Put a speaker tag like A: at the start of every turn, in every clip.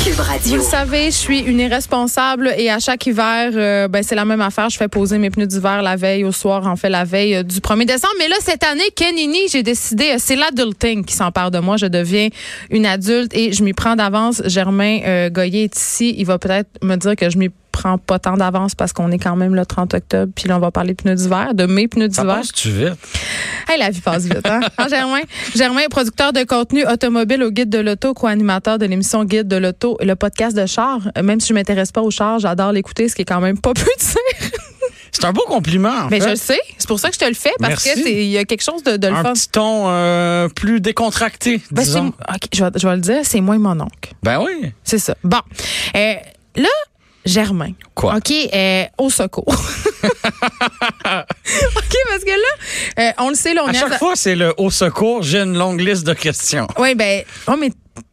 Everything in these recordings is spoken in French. A: Cube
B: Vous
A: Radio.
B: le savez, je suis une irresponsable et à chaque hiver, euh, ben, c'est la même affaire. Je fais poser mes pneus d'hiver la veille au soir, en fait la veille euh, du 1er décembre. Mais là, cette année, Kenini, j'ai décidé, euh, c'est l'adulting qui s'empare de moi. Je deviens une adulte et je m'y prends d'avance. Germain euh, Goyer est ici. Il va peut-être me dire que je m'y prends pas tant d'avance parce qu'on est quand même le 30 octobre. Puis là, on va parler pneus d'hiver, de mes pneus
C: Ça
B: d'hiver.
C: passe-tu vite?
B: Hey, la vie passe vite, hein? Hein, Germain? Germain est producteur de contenu automobile au Guide de l'Auto, co-animateur de l'émission Guide de l'Auto, le podcast de char. Euh, Même si je m'intéresse pas aux chars, j'adore l'écouter, ce qui est quand même pas peu de ça.
C: C'est un beau compliment, en
B: Mais je
C: fait.
B: le sais. C'est pour ça que je te le fais, parce
C: Merci.
B: que c'est- il y a quelque chose de, de le
C: Un
B: fun.
C: petit ton euh, plus décontracté,
B: Ben, c'est-
C: disons.
B: ok, je, vais, je vais le dire, c'est moins mon oncle.
C: Ben oui.
B: C'est ça. Bon. Euh, là, Germain.
C: Quoi?
B: OK, euh, au secours. OK, parce que là, euh, on le sait, là, on
C: À
B: est
C: chaque fois, c'est le au secours, j'ai une longue liste de questions.
B: Oui, ben, oh, mais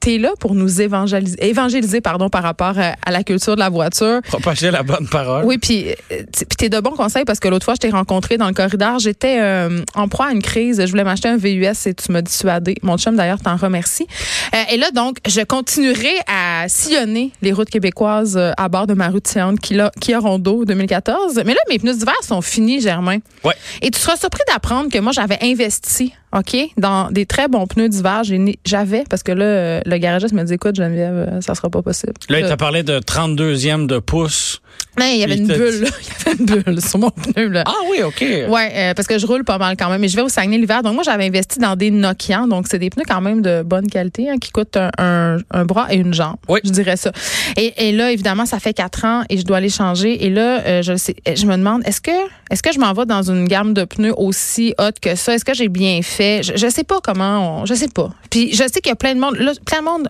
B: t'es là pour nous évangéliser, évangéliser pardon, par rapport euh, à la culture de la voiture.
C: Propager la bonne parole.
B: Oui, puis euh, t- puis t'es de bons conseils parce que l'autre fois, je t'ai rencontré dans le corridor. J'étais euh, en proie à une crise. Je voulais m'acheter un VUS et tu m'as dissuadé. Mon chum, d'ailleurs, t'en remercie. Euh, et là, donc, je continuerai à sillonner les routes québécoises euh, à bord de ma route séante Kia, Kia Rondo 2014. Mais là, mes pneus d'hiver sont finis, Germain.
C: Ouais.
B: Et tu seras surpris d'apprendre que moi, j'avais investi, OK, dans des très bons pneus d'hiver. J'ai né- J'avais, parce que là, euh, le garagiste me dit, écoute, Geneviève, euh, ça sera pas possible.
C: Là, il t'a parlé de 32e de pouce.
B: Mais Hein, il y avait
C: il
B: une
C: t'a dit-
B: bulle, là. Il y avait une bulle sur mon pneu, là.
C: Ah oui, OK.
B: Ouais, euh, parce que je roule pas mal quand même. Mais je vais au Saguenay l'hiver. Donc, moi, j'avais investi dans des Nokian. Donc, c'est des pneus quand même de bonne qualité hein, qui coûtent un, un- un bras et une jambe.
C: Oui.
B: Je dirais ça. Et, et là, évidemment, ça fait quatre ans et je dois les changer. Et là, euh, je, le sais, je me demande, est-ce que, est-ce que je m'en vais dans une gamme de pneus aussi haute que ça? Est-ce que j'ai bien fait? Je, je sais pas comment on, je sais pas. Puis, je sais qu'il y a plein de monde, là, plein de monde.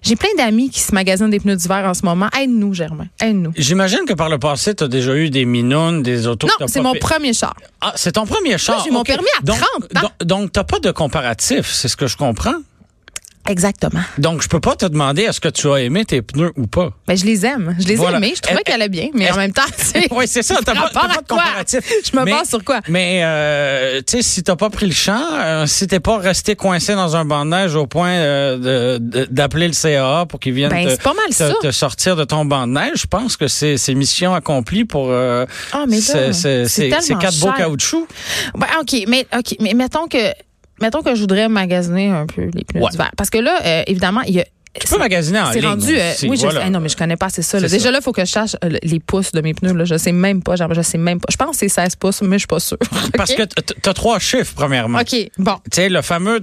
B: J'ai plein d'amis qui se magasinent des pneus d'hiver en ce moment. Aide-nous, Germain. Aide-nous.
C: J'imagine que par le passé, tu as déjà eu des minounes, des autos. que
B: Non,
C: t'as
B: c'est
C: pas
B: mon
C: payé.
B: premier char.
C: Ah, c'est ton premier char.
B: j'ai mon
C: OK.
B: permis à
C: donc,
B: 30 ans.
C: Donc, donc t'as pas de comparatif, c'est ce que je comprends.
B: Exactement.
C: Donc, je peux pas te demander est-ce que tu as aimé tes pneus ou pas.
B: Ben, je les aime. Je les
C: Voilà. Eh,
B: ai aimés. Je trouvais
C: Est-
B: qu'elle allait bien, mais en
C: est-
B: même temps, tu sais,
C: Oui, c'est ça. T'as pas,
B: rapport
C: t'as
B: à
C: pas de
B: quoi?
C: comparatif.
B: Je me
C: Mais-
B: base sur quoi?
C: Mais, euh, tu sais, si t'as pas pris le champ, euh, si t'es pas resté coincé dans un bandage au point euh, de- de- d'appeler le CAA pour qu'il vienne
B: Ben,
C: te,
B: c'est pas mal
C: te-
B: ça.
C: te sortir de ton bandage, je pense que c'est c'est mission accomplie pour euh,
B: Ah, mais là,
C: ces- ces-
B: c'est
C: ces- ces
B: tellement
C: quatre beaux
B: cher.
C: caoutchoucs.
B: Ben, OK, mais OK, mais mettons que mettons que je voudrais magasiner un peu les pneus
C: Ouais.
B: d'hiver parce que là euh, évidemment, il y a
C: Tu peux magasiner en
B: c'est
C: ligne.
B: rendu euh,
C: aussi,
B: oui, je
C: voilà.
B: sais- hey, non mais je connais pas c'est ça. là.
C: C'est
B: Déjà
C: ça.
B: là, il faut que je cherche euh, les pouces de mes pneus là, je sais même pas, genre, je sais même pas. Je pense que c'est 16 pouces, mais je suis pas sûre.
C: Parce que t- t'as trois chiffres, premièrement.
B: OK, bon.
C: Tu sais, le fameux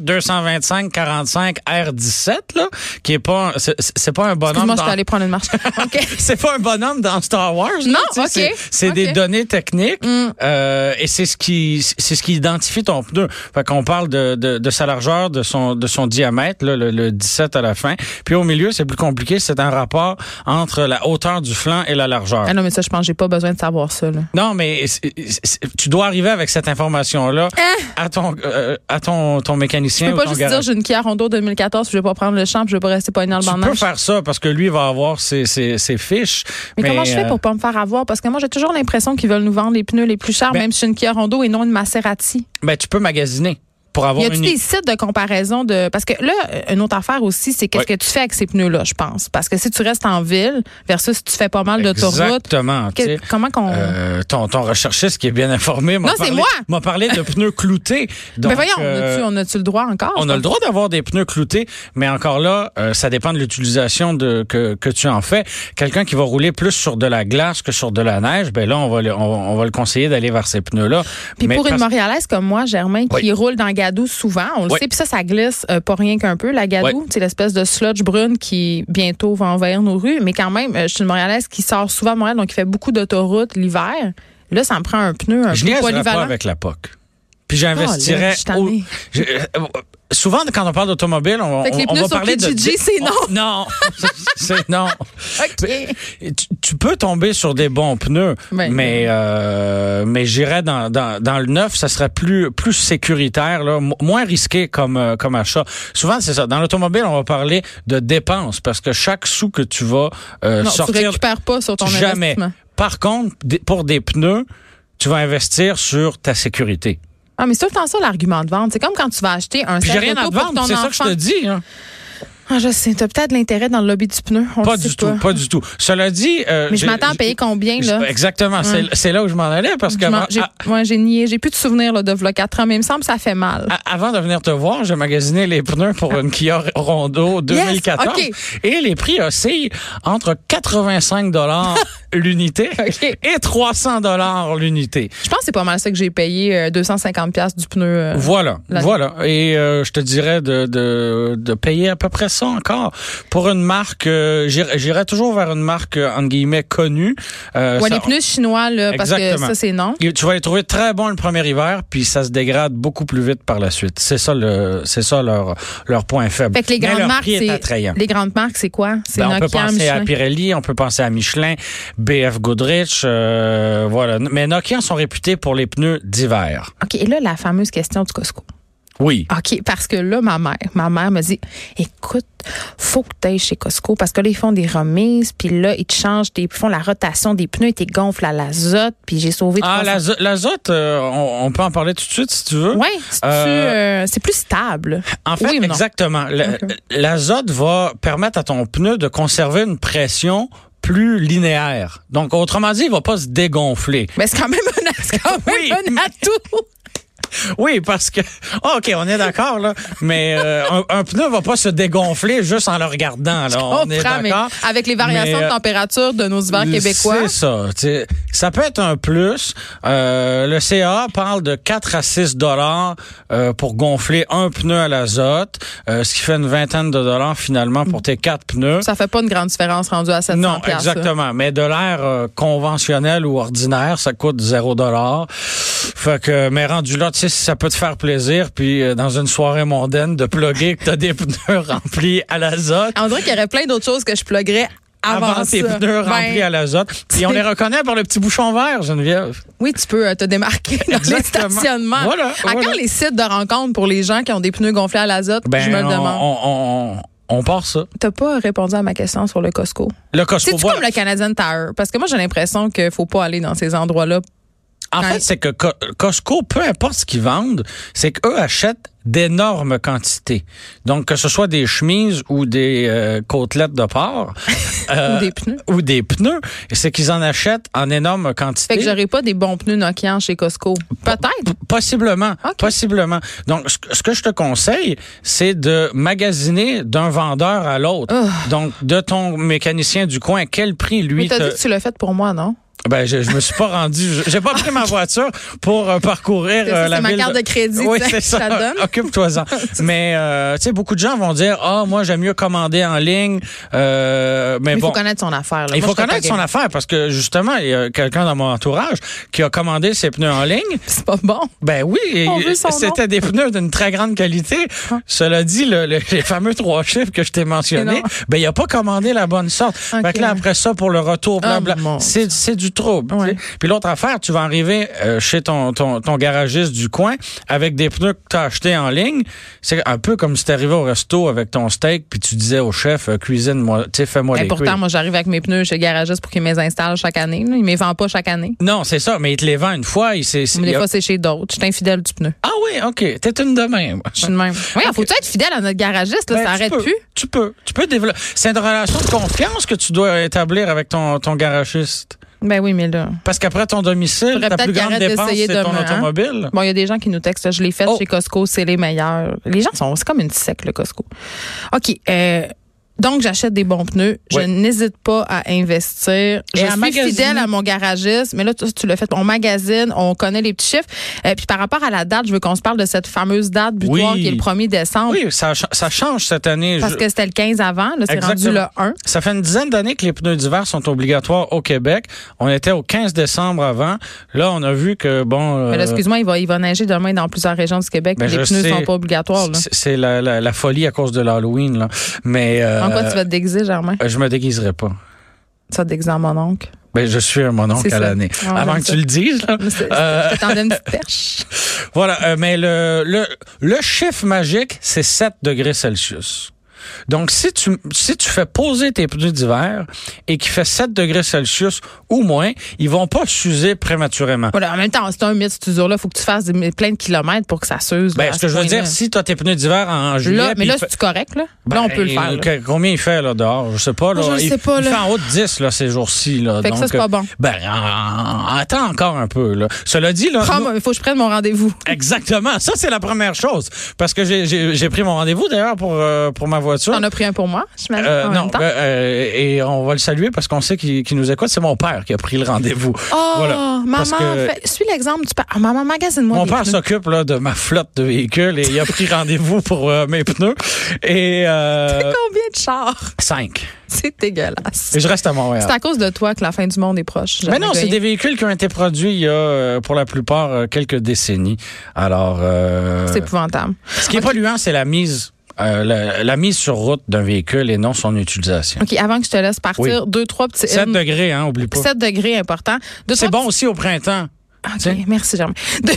C: 225-45 R17, là, qui est pas, un- c'est- c'est pas un bonhomme.
B: Excuse-moi, je
C: dans-
B: suis allée prendre une marche. OK.
C: c'est pas un bonhomme dans Star Wars. là,
B: Non,
C: tu sais,
B: ok,
C: c'est- C'est
B: ok. Mm.
C: des données techniques euh, et c'est ce qui c'est ce qui identifie ton pneu. Fait qu'on parle de, de, de sa largeur, de son de son diamètre, là, le, le 17 à la fin. Puis au milieu, c'est plus compliqué, c'est un rapport entre la hauteur du flanc et la largeur.
B: Ah non mais ça je pense que j'ai pas besoin de savoir ça là.
C: Non, mais c'est- c'est- tu dois arriver avec cette information-là à ton euh, à ton ton
B: Ah. Je
C: mécanicien
B: peux
C: ou
B: pas
C: ton
B: juste
C: garagiste.
B: dire j'ai une Kia Rondo 2014, puis je vais pas prendre le champ, puis je vais pas rester poignée dans le
C: Tu
B: bandage.
C: peux faire ça parce que lui va avoir ses, ses, ses fiches.
B: Mais, comment je fais
C: euh,
B: pour pas me faire avoir? Parce que moi, j'ai toujours l'impression qu'ils veulent nous vendre les pneus les plus chers,
C: Ben-
B: même si c'est une Kia Rondo et non une Maserati.
C: ben, tu peux magasiner pour avoir
B: y a-tu
C: une
B: des sites de comparaison de. Parce que là, euh, une autre affaire aussi, c'est qu'est-ce que tu fais avec ces pneus-là, je pense. Parce que si tu restes en ville versus si tu fais pas mal d'autoroutes,
C: Exactement. tu
B: que-
C: sais.
B: comment qu'on.
C: Euh, ton, ton recherchiste qui est bien informé m'a
B: Non, c'est
C: parlé-
B: moi.
C: m'a parlé de pneus cloutés. Donc,
B: ben voyons, on
C: euh,
B: a-tu- on a-tu le droit encore?
C: on a le droit d'avoir des pneus cloutés, mais encore là, euh, ça dépend de l'utilisation de que, que tu en fais. Quelqu'un qui va rouler plus sur de la glace que sur de la neige, ben là, on va le, on, va- on va le conseiller d'aller vers ces pneus-là.
B: Puis
C: Mais
B: pour une
C: parce-
B: Montréalaise comme moi, Germain, qui
C: Oui.
B: roule dans Gadou souvent, on le
C: Oui.
B: sait, puis ça, ça glisse euh, pas rien qu'un peu, la Gadou. C'est l'espèce de sludge brune qui bientôt va envahir nos rues. Mais quand même, euh, je suis une Montréalaise qui sort souvent à Montréal, donc qui fait beaucoup d'autoroutes l'hiver. Là, ça me prend un pneu un
C: Je
B: peu
C: niaiserais pas
B: polyvalent.
C: avec la POC. Puis j'investirais.
B: Oh, là, je suis
C: au- je- euh, souvent, quand on parle d'automobile, on,
B: Fait que
C: on-
B: les
C: on
B: pneus
C: va
B: sur
C: parler de.
B: Kijiji,
C: di-
B: c'est non.
C: Oh, non, c'est non.
B: OK.
C: Et Tu, tu peux tomber sur des bons pneus,
B: Ouais.
C: mais euh, mais j'irais dans, dans, dans le neuf, ça serait plus plus sécuritaire, là, mo- moins risqué comme euh, comme achat. Souvent c'est ça. Dans l'automobile, on va parler de dépenses parce que chaque sou que tu vas euh,
B: Non, tu
C: sortir,
B: récupères pas sur ton
C: jamais.
B: investissement.
C: Par contre, des- pour des pneus, tu vas investir sur ta sécurité.
B: Ah, mais c'est tout le temps ça l'argument de vente. C'est comme quand tu vas acheter un
C: Puis j'ai
B: sac
C: rien à
B: d'auto
C: te
B: pour
C: vendre,
B: ton
C: c'est ça que je
B: enfant.
C: te dis. hein.
B: Ah, je sais, t'as peut-être l'intérêt dans le lobby du pneu. On
C: Pas
B: le sait
C: du tout, pas du tout. Cela dit... euh,
B: Mais je
C: j'ai-
B: m'attends à payer combien,
C: j'ai-
B: là? Hum.
C: Exactement, c'est- c'est là où je m'en allais parce que ah,
B: Je m'en-
C: avant-
B: J'ai
C: a-
B: ouais, j'ai nié, j'ai plus de souvenirs là, de v'là 4 ans, mais il me semble que ça fait mal.
C: a- avant de venir te voir, j'ai magasiné les pneus pour une Kia Rondo 2014
B: ok.
C: et les prix oscillent entre 85 dollars l'unité
B: Ok.
C: et 300 dollars l'unité.
B: Je pense que c'est pas mal ça que j'ai payé, euh, 250$ piastres du pneu. euh.
C: Voilà,
B: La-
C: voilà. Et euh, je te dirais de, de, de payer à peu près ça encore. Pour une marque, euh, j'irais j'irais toujours vers une marque, euh, entre guillemets, connue. Euh,
B: Ouais,
C: ça-
B: les pneus chinois, là, parce que
C: Exactement.
B: ça, c'est non.
C: Et Tu vas les trouver très bons le premier hiver, puis ça se dégrade beaucoup plus vite par la suite. C'est ça le, c'est ça leur, leur point faible.
B: Fait que les
C: Mais
B: grandes
C: leur
B: marques,
C: prix est
B: c'est-
C: attrayant.
B: Les grandes marques, c'est quoi? C'est
C: Ben, on peut
B: Nokia,
C: penser à
B: Michelin.
C: Pirelli, on peut penser à Michelin, BF Goodrich, euh, voilà. Mais Nokia sont réputés pour les pneus d'hiver.
B: OK, et là, la fameuse question du Costco.
C: Oui.
B: OK, parce que là, ma mère, ma mère me dit, écoute, faut que tu ailles chez Costco parce que là, ils font des remises, puis là, ils te changent, des- ils font la rotation des pneus, ils te gonflent à l'azote, puis j'ai sauvé
C: Ah,
B: 300.
C: l'azo- l'azote, euh, on, on peut en parler tout de suite si tu veux.
B: Oui, c'est
C: Euh,
B: euh, c'est plus stable.
C: En fait,
B: Oui ou non?
C: exactement. La- L'azote va permettre à ton pneu de conserver une pression plus linéaire. Donc, autrement dit, il va pas se dégonfler.
B: Mais c'est quand même un, c'est quand même
C: Oui,
B: un atout.
C: Oui, parce que, Ah, ok, on est d'accord là, mais euh, un, un pneu va pas se dégonfler juste en le regardant. Là. on est
B: comprends, mais
C: d'accord.
B: avec les variations
C: Mais,
B: de
C: euh,
B: température de nos hivers québécois.
C: C'est ça. tu sais. Ça peut être un plus. Euh, le CA parle de 4 à 6 dollars euh, pour gonfler un pneu à l'azote, euh, ce qui fait une vingtaine de dollars finalement pour tes quatre pneus.
B: Ça fait pas une grande différence rendue à 700
C: Non,
B: piastres, là.
C: exactement. Mais de l'air euh, conventionnel ou ordinaire, ça coûte 0 dollar. Fait que, mais rendu là, tu sais, si ça peut te faire plaisir, puis euh, dans une soirée mondaine, de plugger que t'as des pneus remplis à l'azote.
B: On dirait qu'il y aurait plein d'autres choses que je pluguerais avant,
C: Avant, tes
B: ça.
C: pneus
B: Ben,
C: remplis à l'azote. Puis on les reconnaît par le petit bouchon vert, Geneviève.
B: Oui, tu peux euh, te démarquer dans les
C: Exactement.
B: stationnements.
C: Voilà,
B: à
C: voilà. Ben,
B: quand les sites de rencontres pour les gens qui ont des pneus gonflés à l'azote? je me le
C: on,
B: demande.
C: on, on, on part ça.
B: T'as pas répondu à ma question sur le Costco.
C: Le Costco.
B: C'est-tu
C: voilà.
B: comme le Canadian Tire? Parce que moi, j'ai l'impression qu'il faut pas aller dans ces endroits-là.
C: En
B: Ouais.
C: fait, c'est que Co- Costco, peu importe ce qu'ils vendent, c'est qu'eux achètent d'énormes quantités. Donc, que ce soit des chemises ou des euh, côtelettes de porc euh,
B: Ou des pneus.
C: ou des pneus, c'est qu'ils en achètent en énorme quantité.
B: Fait que j'aurais pas des bons pneus Nokia chez Costco. Peut-être.
C: Possiblement,
B: Ok.
C: possiblement. Donc, ce que- ce que je te conseille, c'est de magasiner d'un vendeur à l'autre. Donc, de ton mécanicien du coin, quel prix
B: Mais
C: lui
B: t'as
C: te-
B: dit que tu l'as fait pour moi, non?
C: Ben, je, je me suis pas rendu. je- J'ai pas pris ma voiture pour euh, parcourir
B: C'est Ben,
C: euh,
B: ça,
C: la
B: c'est ma
C: ville
B: carte de crédit,
C: Oui,
B: tiens,
C: c'est
B: je la
C: ça.
B: donne.
C: Occupe-toi-en. mais euh, tu sais, beaucoup de gens vont dire, ah, moi j'aime mieux commander en ligne. Euh, mais
B: Il
C: bon.
B: faut connaître son affaire. là.
C: Il
B: Moi,
C: faut
B: je serais
C: connaître
B: pas
C: son
B: game.
C: affaire parce que justement, il y a quelqu'un dans mon entourage qui a commandé ses pneus en ligne.
B: C'est pas bon.
C: Ben oui, et
B: On veut son Hein?
C: c'était des pneus d'une très grande qualité. Cela dit, le- le- les fameux trois chiffres que je t'ai
B: Et
C: mentionnés,
B: non.
C: ben il a pas commandé la bonne sorte.
B: Ok.
C: Fait que là, après ça, pour le retour, blabla,
B: Oh, mon
C: c'est c'est du trouble. tu
B: Ouais.
C: sais. Puis l'autre affaire, tu vas arriver euh, chez ton, ton, ton garagiste du coin avec des pneus que tu as achetés en ligne. C'est un peu comme si tu arrivé au resto avec ton steak, puis tu disais au chef, euh, cuisine-moi, tu sais, fais-moi
B: Et
C: les
B: Ben, pourtant,
C: cuisses.
B: moi, j'arrive avec mes pneus chez le garagiste pour qu'ils me les installent chaque année. là. Ils ne les vendent pas chaque année.
C: Non, c'est ça, mais il te les vend une fois. Il, s'est-
B: Mais
C: il
B: des
C: a-
B: fois, c'est chez d'autres. Je suis infidèle du pneu.
C: Ah oui, OK, t'es une de même.
B: Je suis de même. Oui, faut-tu être fidèle à notre garagiste? Là,
C: Ben,
B: ça
C: tu
B: arrête
C: peux,
B: plus.
C: Tu peux. Tu peux développer. C'est une relation de confiance que tu dois établir avec ton, ton garagiste.
B: Ben oui, mais là.
C: Parce qu'après ton domicile,
B: Faudrait
C: ta
B: peut-être
C: plus grande
B: qu'il arrête
C: dépense,
B: d'essayer
C: c'est ton
B: demain, hein?
C: automobile.
B: Bon, il y a des gens qui nous textent. Je l'ai fait
C: Oh.
B: chez Costco, c'est les meilleurs. Les gens sont. C'est comme une sec, le Costco. OK. euh, donc, j'achète des bons pneus. Je
C: Ouais.
B: n'hésite pas à investir.
C: Et
B: je
C: à
B: suis
C: magasiner.
B: fidèle à mon garagiste. Mais là, tu, tu l'as fait. On magazine, on connaît les petits chiffres. Euh, puis par rapport à la date, je veux qu'on se parle de cette fameuse date butoir
C: Oui.
B: qui est le 1er décembre.
C: Oui, ça, cha- ça change cette année.
B: Parce
C: Je-
B: que c'était le 15 avant, là, c'est rendu le
C: Exactement.
B: 1.
C: Ça fait une dizaine d'années que les pneus d'hiver sont obligatoires au Québec. On était au 15 décembre avant. Là, on a vu que, bon...
B: Mais là,
C: euh,
B: excuse-moi, il va, il va neiger demain dans plusieurs régions du Québec.
C: Ben,
B: puis les
C: je
B: pneus
C: sais.
B: sont pas obligatoires. là.
C: c'est c'est la, la- la folie à cause de l'Halloween. là. Mais euh,
B: En quoi tu vas te déguiser, Germain?
C: je me déguiserai pas.
B: Tu vas te déguiser en mon oncle.
C: Ben, je suis un mononcle
B: C'est ça.
C: à l'année.
B: Ah,
C: Avant
B: j'aime
C: que
B: ça.
C: tu le dises, là,
B: Je te-
C: Euh.
B: je te tendais une petite perche.
C: Voilà, euh, mais le, le, le chiffre magique, c'est 7 degrés Celsius. Donc, si tu, si tu fais poser tes pneus d'hiver et qu'il fait 7 degrés Celsius ou moins, ils vont pas s'user prématurément.
B: Voilà, en même temps, c'est un mythe, cette usure-là. Il faut que tu fasses des- plein de kilomètres pour que ça s'use. là,
C: Ben,
B: à
C: ce que je veux
B: point-là.
C: dire, si tu as tes pneus d'hiver en juillet...
B: Là, mais
C: puis
B: là,
C: il fait-
B: c'est correct, là. là, on peut le faire.
C: Ben,
B: là.
C: que- combien il fait là, dehors? Je sais pas. Là,
B: Moi, je le
C: il,
B: sais pas,
C: il
B: là.
C: fait en haut de 10 là, ces jours-ci. Là.
B: Fait que ça,
C: Donc,
B: c'est pas bon.
C: Ben, en- en- attends encore un peu. Là. Cela dit, là,
B: Prends-
C: nous-
B: Il faut que je prenne mon rendez-vous.
C: exactement, ça c'est la première chose. Parce que j'ai- j'ai j'ai pris mon rendez-vous d'ailleurs pour, euh, pour ma voiture.
B: T'en as pris un pour moi, j'imagine,
C: Euh,
B: en
C: non,
B: même temps.
C: ben, euh, et on va le saluer parce qu'on sait qu'il qu'il nous écoute. C'est mon père qui a pris le rendez-vous.
B: oh,
C: voilà. Parce
B: maman,
C: que-
B: fais- suis l'exemple du père. Ah, maman, magasine-moi
C: Mon
B: des
C: père
B: pneus.
C: s'occupe là, de ma flotte de véhicules et il a pris rendez-vous pour euh, mes pneus. Et euh,
B: Combien de chars?
C: cinq.
B: C'est dégueulasse.
C: Et je reste à Montréal.
B: C'est à cause de toi que la fin du monde est proche.
C: Mais non,
B: Jamais
C: c'est
B: gagné.
C: des véhicules qui ont été produits il y a, euh, pour la plupart, euh, quelques décennies. Alors, euh,
B: C'est épouvantable.
C: ce qui est polluant, c'est la mise, euh, la, la mise sur route d'un véhicule et non son utilisation.
B: OK, avant que je te laisse partir, deux, trois petits...
C: 7 degrés, hein, oublie pas.
B: 7 degrés importants. Deux,
C: C'est
B: trois
C: bon aussi au printemps.
B: petits-
C: tiens.
B: OK, merci, Germain. Deux-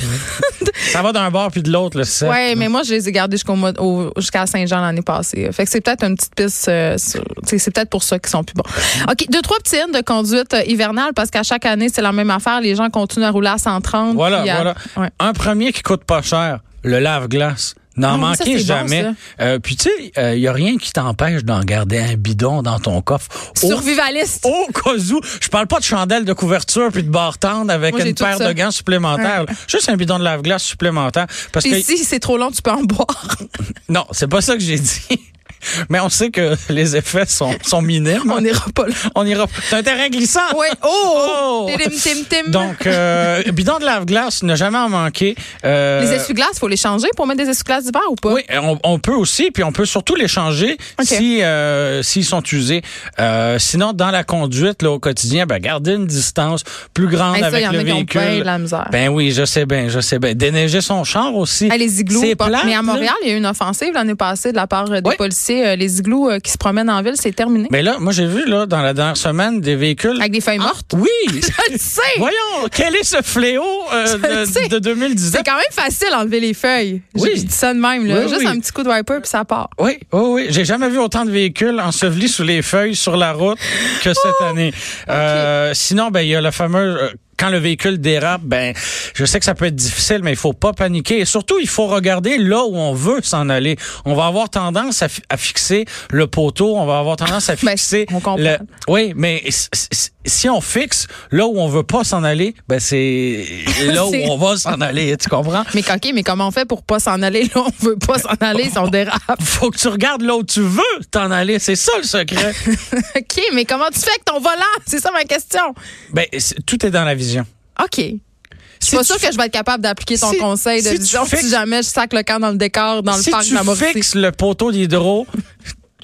C: Ça va d'un bord puis de l'autre, le 7.
B: Ouais, mais moi, je les ai gardés jusqu'au mois- au- jusqu'à Saint-Jean l'année passée. Fait que c'est peut-être une petite piste. euh, sur- tu sais, c'est peut-être pour ça qu'ils sont plus bons.
C: Mm-hmm.
B: OK, deux, trois petites de conduite euh, hivernale parce qu'à chaque année, c'est la même affaire. Les gens continuent à rouler à 130.
C: Voilà,
B: puis à-
C: voilà.
B: Ouais.
C: Un premier qui coûte pas cher, le lave-glace. N'en
B: Ah oui, ça,
C: manquez
B: c'est bon,
C: jamais.
B: ça.
C: Euh, puis tu sais, il n'y a rien qui t'empêche d'en garder un bidon dans ton coffre. Au
B: Survivaliste.
C: au cas où, je parle pas de chandelle de couverture puis de barre tendre avec
B: Moi, j'ai
C: une
B: tout
C: paire
B: ça.
C: de gants supplémentaires. là. Juste un bidon de lave-glace supplémentaire. Parce que,
B: Puis si c'est trop long, tu peux en boire.
C: non, c'est pas ça que j'ai dit. Mais on sait que les effets sont, sont minimes.
B: On n'ira pas là.
C: On ira. C'est un terrain glissant.
B: Ouais. Oh!
C: Oh!
B: Tim, tim, tim.
C: Donc, euh, bidon de lave-glace, ne jamais en manquer. Euh,
B: les essuie-glaces, faut les changer pour mettre des essuie-glaces d'hiver ou pas?
C: Oui, on, on peut aussi, puis on peut surtout les changer
B: Ok.
C: si euh, s'ils sont usés. Euh, sinon, dans la conduite là, au quotidien, ben, gardez une distance plus grande
B: Hey, ça,
C: avec
B: y en
C: le
B: a qui ont
C: véhicule.
B: bien de la misère.
C: Ben oui, je sais bien, je sais bien. Déneiger son char aussi.
B: Ah, les igloos,
C: C'est
B: pas-
C: plate,
B: mais à
C: là.
B: Montréal, il y a eu une offensive l'année passée de la part euh, des
C: Oui.
B: policiers. Euh, Les igloos euh, qui se promènent en ville, c'est terminé.
C: Mais là, moi j'ai vu là dans la dernière semaine des véhicules. Ah,
B: Avec des feuilles mortes.
C: Oui.
B: Je le sais!
C: Voyons, quel est ce fléau euh,
B: Je le sais.
C: de, de 2019
B: C'est quand même facile d'enlever les feuilles. Je-
C: Oui.
B: Je, dis ça de même. Là.
C: Oui,
B: Juste
C: oui.
B: un petit coup de wiper puis ça part.
C: Oui, oui, oui. J'ai jamais vu autant de véhicules ensevelis sous les feuilles sur la route que cette
B: Oh!
C: année. Euh, sinon, ben il y a le fameux. euh, quand le véhicule dérape, ben, je sais que ça peut être difficile, mais il faut pas paniquer. Et surtout, il faut regarder là où on veut s'en aller. On va avoir tendance à, fi- à fixer le poteau. On va avoir tendance à
B: Ben,
C: fixer.
B: on comprend.
C: le- Oui, mais s- s- si on fixe là où on veut pas s'en aller, ben c'est là où
B: C'est-
C: on va s'en aller. Tu comprends?
B: Mais OK, mais comment on fait pour pas s'en aller? Là, on veut pas s'en aller si on dérape.
C: Faut que tu regardes là où tu veux t'en aller. C'est ça le secret.
B: OK, mais comment tu fais avec ton volant? C'est ça ma question.
C: Ben, c'est- tout est dans la vision.
B: OK. Je
C: Si
B: suis pas
C: tu
B: sûre que je vais être capable d'appliquer ton
C: si-
B: conseil de
C: si tu
B: disons, si
C: fixes-
B: jamais je sac le camp dans le décor, dans le
C: si
B: parc de
C: tu
B: la Mauricie.
C: fixes le poteau d'hydro,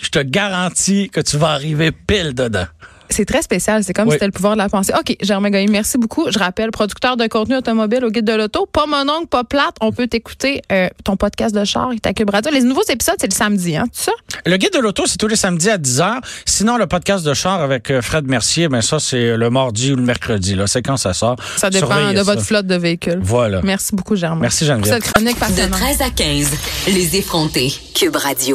C: je te garantis que tu vas arriver pile dedans.
B: C'est très spécial. C'est comme
C: Oui.
B: si c'était le pouvoir de la pensée. OK, Germain Goyer, merci beaucoup. Je rappelle, producteur de contenu automobile au guide de l'auto. Pas mon oncle, pas plate. On peut t'écouter euh, ton podcast de char et ta Cube Radio. Les nouveaux épisodes, c'est le samedi, hein, c'est ça?
C: Le guide de l'auto, c'est tous les samedis à 10h. Sinon, le podcast de char avec euh, Fred Mercier, ben ça, c'est le mardi ou le mercredi. Là. C'est quand ça sort.
B: Ça dépend
C: Surveillez
B: de
C: ça.
B: votre flotte de véhicules.
C: Voilà.
B: Merci beaucoup, Germain.
C: Merci,
B: Pour
C: Geneviève.
B: cette chronique
A: De
B: passionnante.
A: 13 à 15, les effrontés. Cube Radio.